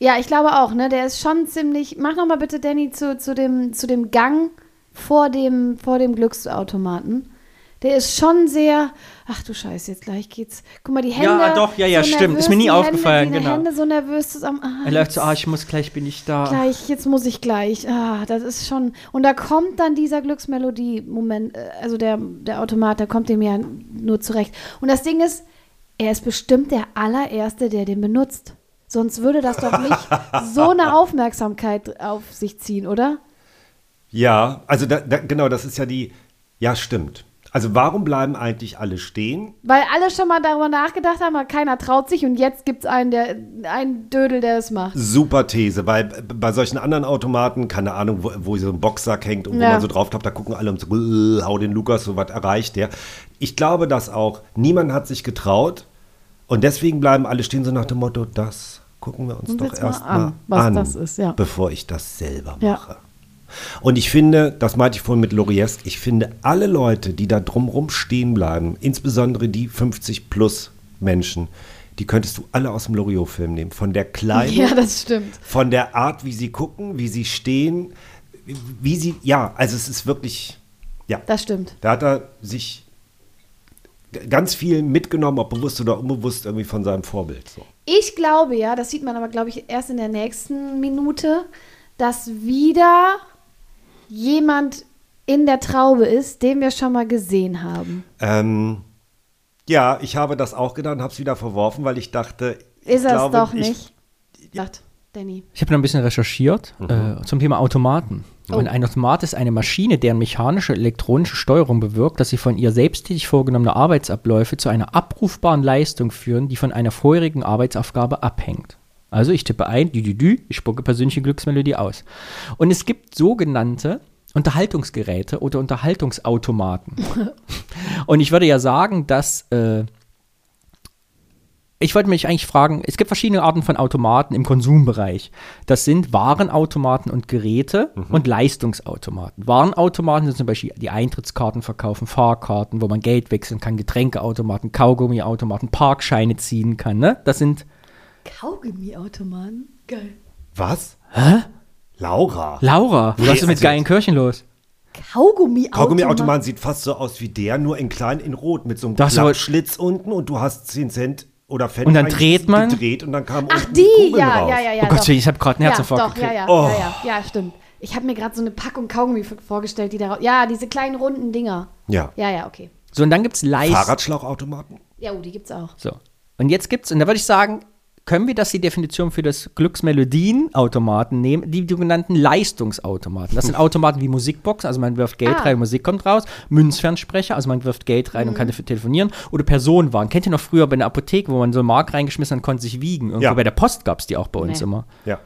Speaker 4: Ja, ich glaube auch, ne? Der ist schon ziemlich. Mach nochmal bitte, Danny, zu, zu, dem, zu dem Gang vor dem, vor dem Glücksautomaten. Der ist schon sehr. Ach du Scheiße, jetzt gleich geht's. Guck mal, die Hände.
Speaker 3: doch, ja, ja,
Speaker 4: so
Speaker 3: stimmt. Ist mir nie
Speaker 4: die
Speaker 3: aufgefallen,
Speaker 4: Hände, die
Speaker 3: genau.
Speaker 4: Hände so nervös zusammen. Ah,
Speaker 3: Er läuft so,
Speaker 4: jetzt
Speaker 3: ah, ich muss gleich, bin ich da.
Speaker 4: Gleich, jetzt muss ich gleich. Ah, das ist schon. Und da kommt dann dieser Glücksmelodie-Moment, äh, also der, der Automat, der kommt dem ja nur zurecht. Und das Ding ist, er ist bestimmt der allererste, der den benutzt. Sonst würde das doch nicht so eine Aufmerksamkeit auf sich ziehen, oder?
Speaker 1: Ja, also da, da, genau, das ist ja die, ja, stimmt. Also warum bleiben eigentlich alle stehen?
Speaker 4: Weil alle schon mal darüber nachgedacht haben, aber keiner traut sich und jetzt gibt es einen, der, einen Dödel, der es macht.
Speaker 1: Super These, weil b- bei solchen anderen Automaten, keine Ahnung, wo, wo so ein Boxsack hängt und wo
Speaker 4: Ja.
Speaker 1: man so drauf tappt, da gucken alle und so, "Äh, hau den Lukas, so was erreicht der. Ich glaube das auch. Niemand hat sich getraut und deswegen bleiben alle stehen so nach dem Motto, das gucken wir uns
Speaker 4: Uns
Speaker 1: doch
Speaker 4: jetzt mal
Speaker 1: erstmal an,
Speaker 4: an, was das ist, ja.
Speaker 1: bevor ich das selber
Speaker 4: Ja.
Speaker 1: mache. Und ich finde, das meinte ich vorhin mit Loriesk, ich finde alle Leute, die da drumrum stehen bleiben, insbesondere die 50 plus Menschen, die könntest du alle aus dem Loriot-Film nehmen. Von der Kleinen
Speaker 4: Ja, das stimmt.
Speaker 1: von der Art, wie sie gucken, wie sie stehen, wie sie, ja, also es ist wirklich, ja.
Speaker 4: Das stimmt.
Speaker 1: Da hat er sich g- ganz viel mitgenommen, ob bewusst oder unbewusst, irgendwie von seinem Vorbild. So.
Speaker 4: Ich glaube ja, das sieht man aber, glaube ich, erst in der nächsten Minute, dass wieder jemand in der Traube ist, den wir schon mal gesehen haben.
Speaker 1: Ähm, ja, ich habe das auch getan, habe es wieder verworfen, weil ich dachte, ich
Speaker 4: Ist er es
Speaker 1: glaube,
Speaker 4: doch
Speaker 1: ich,
Speaker 4: nicht? Sagt Danny.
Speaker 3: Ich habe noch ein bisschen recherchiert äh, zum Thema Automaten. Und ein Automat ist eine Maschine, deren mechanische elektronische Steuerung bewirkt, dass sie von ihr selbsttätig vorgenommene Arbeitsabläufe zu einer abrufbaren Leistung führen, die von einer vorherigen Arbeitsaufgabe abhängt. Also ich tippe ein, dü, dü, dü, ich spucke persönliche Glücksmelodie aus. Und es gibt sogenannte Unterhaltungsgeräte oder Unterhaltungsautomaten. Und ich würde ja sagen, dass äh, ich wollte mich eigentlich fragen, es gibt verschiedene Arten von Automaten im Konsumbereich. Das sind Warenautomaten und Geräte und Leistungsautomaten. Warenautomaten sind zum Beispiel die Eintrittskarten verkaufen, Fahrkarten, wo man Geld wechseln kann, Getränkeautomaten, Kaugummiautomaten, Parkscheine ziehen kann. Ne? Das sind
Speaker 4: Kaugummi-Automaten? Geil.
Speaker 1: Was? Hä? Laura.
Speaker 3: Laura.
Speaker 1: Nee,
Speaker 3: was ist mit
Speaker 1: also
Speaker 3: geilen Kirchen los?
Speaker 4: Kaugummi-Automaten?
Speaker 1: Kaugummi-Automat sieht fast so aus wie der, nur in klein in rot mit so einem
Speaker 3: Das ist aber-
Speaker 1: Schlitz unten und du hast 10 Cent oder Pfennig
Speaker 3: Und dann
Speaker 1: rein-
Speaker 3: dreht man?
Speaker 1: gedreht und dann kam
Speaker 4: Ach,
Speaker 1: unten
Speaker 4: die,
Speaker 1: Kugeln
Speaker 4: ja,
Speaker 1: raus.
Speaker 4: ja, ja, ja.
Speaker 3: oh Gott,
Speaker 4: doch.
Speaker 3: ich habe gerade einen Herzinfarkt
Speaker 4: ja, doch,
Speaker 3: gekriegt.
Speaker 4: ja, ja,
Speaker 1: Oh.
Speaker 4: ja, ja, ja, stimmt. Ich habe mir gerade so eine Packung Kaugummi f- vorgestellt, die da Ja, diese kleinen runden Dinger.
Speaker 1: Ja.
Speaker 4: Ja, ja, okay.
Speaker 3: So, und dann gibt es Leistungsautomaten.
Speaker 1: Fahrradschlauchautomaten?
Speaker 4: Ja, oh, die gibt's auch.
Speaker 3: So. Und jetzt gibt's, und da würde ich sagen, können wir das die Definition für das Glücksmelodienautomaten nehmen, die sogenannten Leistungsautomaten. Das sind Automaten wie Musikboxen, also man wirft Geld
Speaker 4: Ah. Mhm.
Speaker 3: rein, Musik kommt raus, Münzfernsprecher, also man wirft Geld rein und kann dafür telefonieren, oder Personenwaren. Kennt ihr noch früher bei der Apotheke, wo man so einen Mark reingeschmissen hat und konnte sich wiegen? Irgendwo
Speaker 1: Ja.
Speaker 3: bei der Post gab's die auch bei uns
Speaker 4: Nee.
Speaker 3: immer.
Speaker 1: Ja.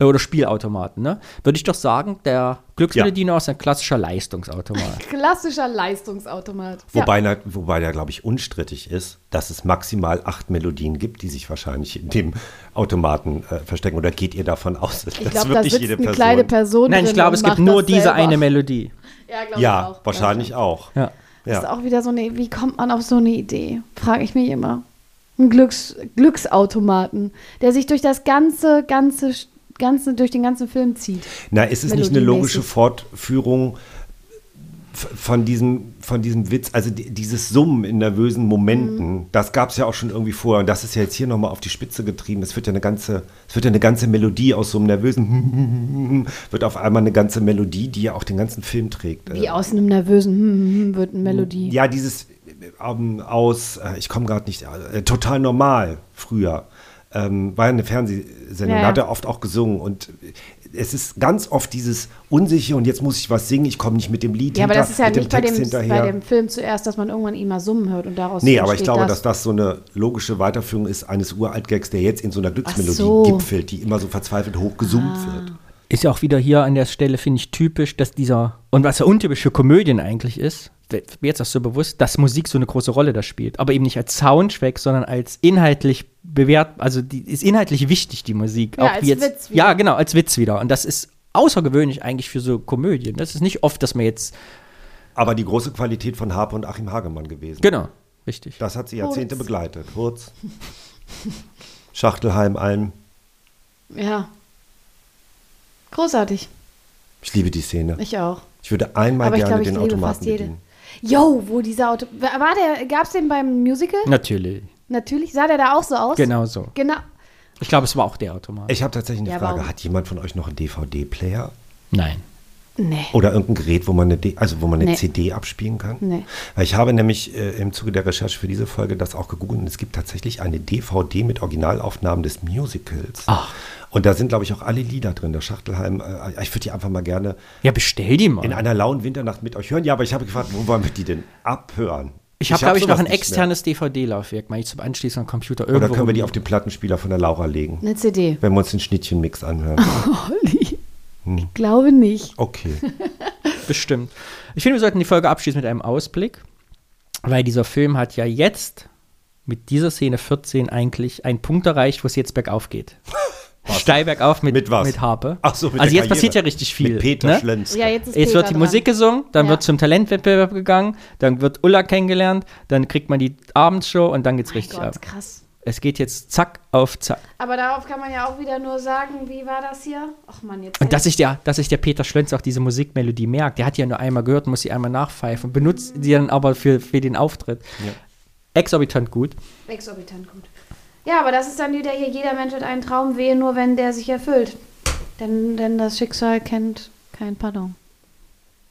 Speaker 3: Äh, Oder Spielautomaten, ne? Würde ich doch sagen, der Glücksmelodiener ist ein klassischer Leistungsautomat.
Speaker 4: Klassischer Leistungsautomat.
Speaker 1: Wobei, na- wobei da, glaube ich, unstrittig ist, dass es maximal acht Melodien gibt, die sich wahrscheinlich in dem Automaten äh, verstecken. Oder geht ihr davon aus, dass
Speaker 4: ja. Ich glaube, da sitzt eine kleine Person
Speaker 3: Nein, ich
Speaker 4: drin
Speaker 3: glaube,
Speaker 4: und
Speaker 3: es gibt
Speaker 4: macht
Speaker 3: nur
Speaker 4: das
Speaker 3: diese
Speaker 4: selber.
Speaker 3: eine Melodie.
Speaker 4: Ja, glaube ich
Speaker 1: Ja,
Speaker 4: auch.
Speaker 1: wahrscheinlich auch.
Speaker 3: Ja.
Speaker 4: Das ist
Speaker 1: Ja.
Speaker 4: auch wieder so eine, wie kommt man auf so eine Idee? Frage ich mich immer. Ein Glücks, Glücksautomaten, der sich durch das ganze, ganze, Sch- ganze, durch den ganzen Film zieht.
Speaker 1: Na, ist es nicht eine
Speaker 4: Melodiemäßig.
Speaker 1: logische Fortführung f- von diesem, von diesem Witz, also di- dieses Summen in nervösen Momenten, das gab es ja auch schon irgendwie vorher und das ist ja jetzt hier nochmal auf die Spitze getrieben. Es wird ja eine ganze, es wird ja eine ganze Melodie aus so einem nervösen wird auf einmal eine ganze Melodie, die ja auch den ganzen Film trägt. Äh,
Speaker 4: Wie aus einem nervösen hm, hm, hm, wird eine Melodie.
Speaker 1: Ja, dieses ähm, aus, äh, ich komme gerade nicht, äh, total normal früher. Ähm, war ja eine Fernsehsendung,
Speaker 4: Ja,
Speaker 1: da hat
Speaker 4: ja.
Speaker 1: er oft auch gesungen. Und äh, es ist ganz oft dieses Unsichere und jetzt muss ich was singen, ich komme nicht mit dem Lied
Speaker 4: Ja, aber das ist ja
Speaker 1: mit
Speaker 4: nicht bei dem,
Speaker 1: hinterher.
Speaker 4: bei dem Film zuerst, dass man irgendwann ihn mal summen hört und daraus
Speaker 1: Nee, aber ich
Speaker 4: entsteht
Speaker 1: glaube, dass das so eine logische Weiterführung ist eines Uralt-Gags, der jetzt in so einer Glücksmelodie
Speaker 4: so. Ah.
Speaker 1: gipfelt, die immer so verzweifelt hoch gesummt wird.
Speaker 3: ist ja auch wieder hier an der Stelle, finde ich, typisch, dass dieser, und was ja untypisch für Komödien eigentlich ist, wird mir jetzt auch so bewusst, dass Musik so eine große Rolle da spielt. Aber eben nicht als Soundtrack, sondern als inhaltlich bewährt, also die ist inhaltlich wichtig, die Musik.
Speaker 4: Ja, als Witz wieder.
Speaker 3: Ja, genau, als Witz wieder. Und das ist außergewöhnlich eigentlich für so Komödien. Das ist nicht oft, dass man jetzt,
Speaker 1: Aber die große Qualität von Harpe und Achim Hagemann gewesen.
Speaker 3: genau, richtig.
Speaker 1: Das hat sie Jahrzehnte begleitet. Hurz, Schachtelheim, Alm.
Speaker 4: Ja. Großartig.
Speaker 1: Ich liebe die Szene.
Speaker 4: Ich auch.
Speaker 1: Ich würde einmal
Speaker 4: aber ich
Speaker 1: gerne
Speaker 4: glaube, ich
Speaker 1: den
Speaker 4: liebe
Speaker 1: Automaten
Speaker 4: fast jede.
Speaker 1: bedienen.
Speaker 4: Yo, wo dieser Auto. War war der, gab's den beim Musical?
Speaker 3: Natürlich,
Speaker 4: Natürlich. Sah der da auch so aus?
Speaker 3: genau so.
Speaker 4: Genau.
Speaker 3: Ich glaube, es war auch der Automat.
Speaker 1: Ich habe tatsächlich eine
Speaker 4: Ja,
Speaker 1: Frage.
Speaker 4: warum?
Speaker 1: Hat jemand von euch noch einen DVD-Player?
Speaker 3: Nein.
Speaker 4: Nee.
Speaker 1: Oder irgendein Gerät, wo man eine, D also wo man eine
Speaker 4: Nee.
Speaker 1: CD abspielen kann?
Speaker 4: Nee.
Speaker 1: Weil ich habe nämlich äh, im Zuge der Recherche für diese Folge das auch gegoogelt und es gibt tatsächlich eine DVD mit Originalaufnahmen des Musicals.
Speaker 3: Ach.
Speaker 1: Und da sind, glaube ich, auch alle Lieder drin. Der Schachtelheim, äh, ich würde die einfach mal gerne
Speaker 3: Ja, bestell die mal.
Speaker 1: in einer lauen Winternacht mit euch hören. Ja, aber ich habe gefragt, wo wollen wir die denn abhören?
Speaker 3: ich habe, glaube ich, noch
Speaker 1: sowas
Speaker 3: ein
Speaker 1: nicht mehr.
Speaker 3: externes DVD-Laufwerk, mal ich zum Anschließen am Computer irgendwo.
Speaker 1: Oder können wir die
Speaker 3: rum-
Speaker 1: auf den Plattenspieler von der Laura legen?
Speaker 4: Eine CD.
Speaker 1: Wenn wir uns den Schnittchenmix anhören.
Speaker 4: Olli.
Speaker 3: Hm.
Speaker 4: Ich glaube nicht.
Speaker 1: Okay.
Speaker 3: Bestimmt. Ich finde, wir sollten die Folge abschließen mit einem Ausblick, weil dieser Film hat ja jetzt mit dieser Szene 14 eigentlich einen Punkt erreicht, wo es jetzt bergauf geht. Steil bergauf mit,
Speaker 1: Mit was?
Speaker 3: mit Harpe.
Speaker 1: Ach so, mit
Speaker 3: also
Speaker 1: der
Speaker 3: jetzt passiert ja
Speaker 1: Karriere.
Speaker 3: richtig viel.
Speaker 1: Mit Peter
Speaker 3: ne?
Speaker 1: Schlenz.
Speaker 4: Ja, jetzt ist
Speaker 3: Jetzt
Speaker 4: Peter
Speaker 3: wird die
Speaker 4: dran.
Speaker 3: Musik gesungen, dann
Speaker 4: Ja.
Speaker 3: wird zum Talentwettbewerb gegangen, dann wird Ulla kennengelernt, dann kriegt man die Abendshow und dann geht's
Speaker 4: Mein
Speaker 3: richtig
Speaker 4: Oh Gott,
Speaker 3: ab.
Speaker 4: krass.
Speaker 3: Es geht jetzt zack auf zack.
Speaker 4: Aber darauf kann man ja auch wieder nur sagen, wie war das hier? Ach man, jetzt.
Speaker 3: Und dass sich der, dass sich der Peter Schlenz auch diese Musikmelodie merkt, der hat die ja nur einmal gehört, und muss sie einmal nachpfeifen, benutzt die dann aber für, für den Auftritt. Exorbitant gut.
Speaker 4: Exorbitant gut. Ja, aber das ist dann wieder hier, jeder Mensch hat einen Traum, wehe nur, wenn der sich erfüllt. Denn, denn das Schicksal kennt kein Pardon.